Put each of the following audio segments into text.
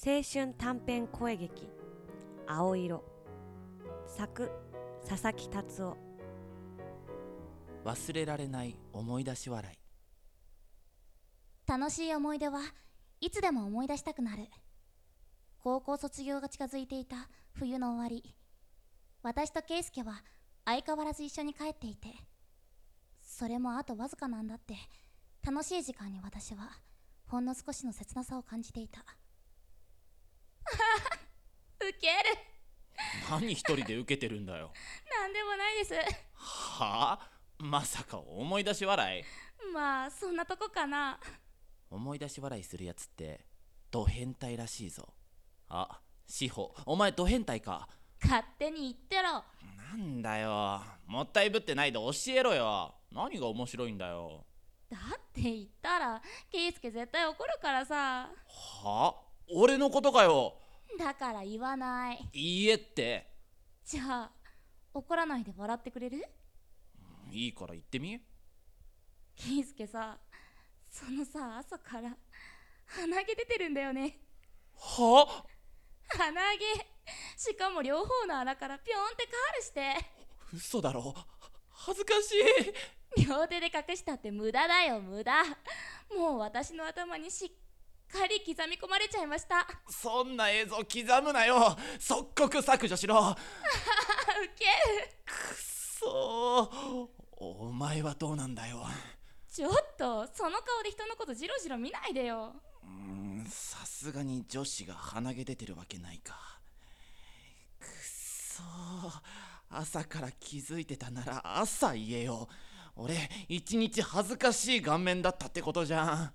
青春短編声劇「青色」作佐々木達夫忘れられない思い出し笑い楽しい思い出はいつでも思い出したくなる高校卒業が近づいていた冬の終わり私と圭介は相変わらず一緒に帰っていてそれもあとわずかなんだって楽しい時間に私はほんの少しの切なさを感じてい たウケる何一人で受けてるんだよなんでもないですはあまさか思い出し笑いまあそんなとこかな思い出し笑いするやつってド変態らしいぞあ志保お前ド変態か勝手に言ってろなんだよもったいぶってないで教えろよ何が面白いんだよだって言ったら圭介絶対怒るからさはあ俺のことかよだから言わないいいえってじゃあ怒らないで笑ってくれるいいから言ってみ圭介さそのさ朝から鼻毛出てるんだよねはあ鼻毛しかも両方の穴からピョンってカールして嘘だろ恥ずかしい両手で隠したって無駄だよ無駄もう私の頭にしっかり刻み込まれちゃいましたそんな映像刻むなよ即刻削除しろウケるくそーお前はどうなんだよちょっとその顔で人のことじろじろ見ないでようーんさすがに女子が鼻毛出てるわけないかくそー朝から気づいてたなら朝言えよ俺一日恥ずかしい顔面だったってことじゃん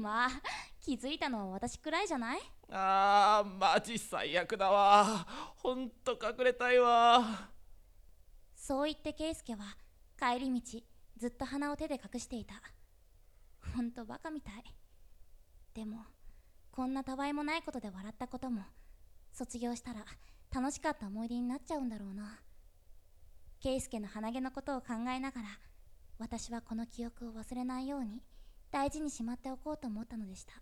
まあ気づいたのは私くらいじゃないあーマジ最悪だわほんと隠れたいわそう言って圭介は帰り道ずっと鼻を手で隠していたほんとバカみたいでもこんなたわいもないことで笑ったことも卒業したら楽しかった思い出になっちゃうんだろうな圭介の鼻毛のことを考えながら私はこの記憶を忘れないように大事にしまっておこうと思ったのでした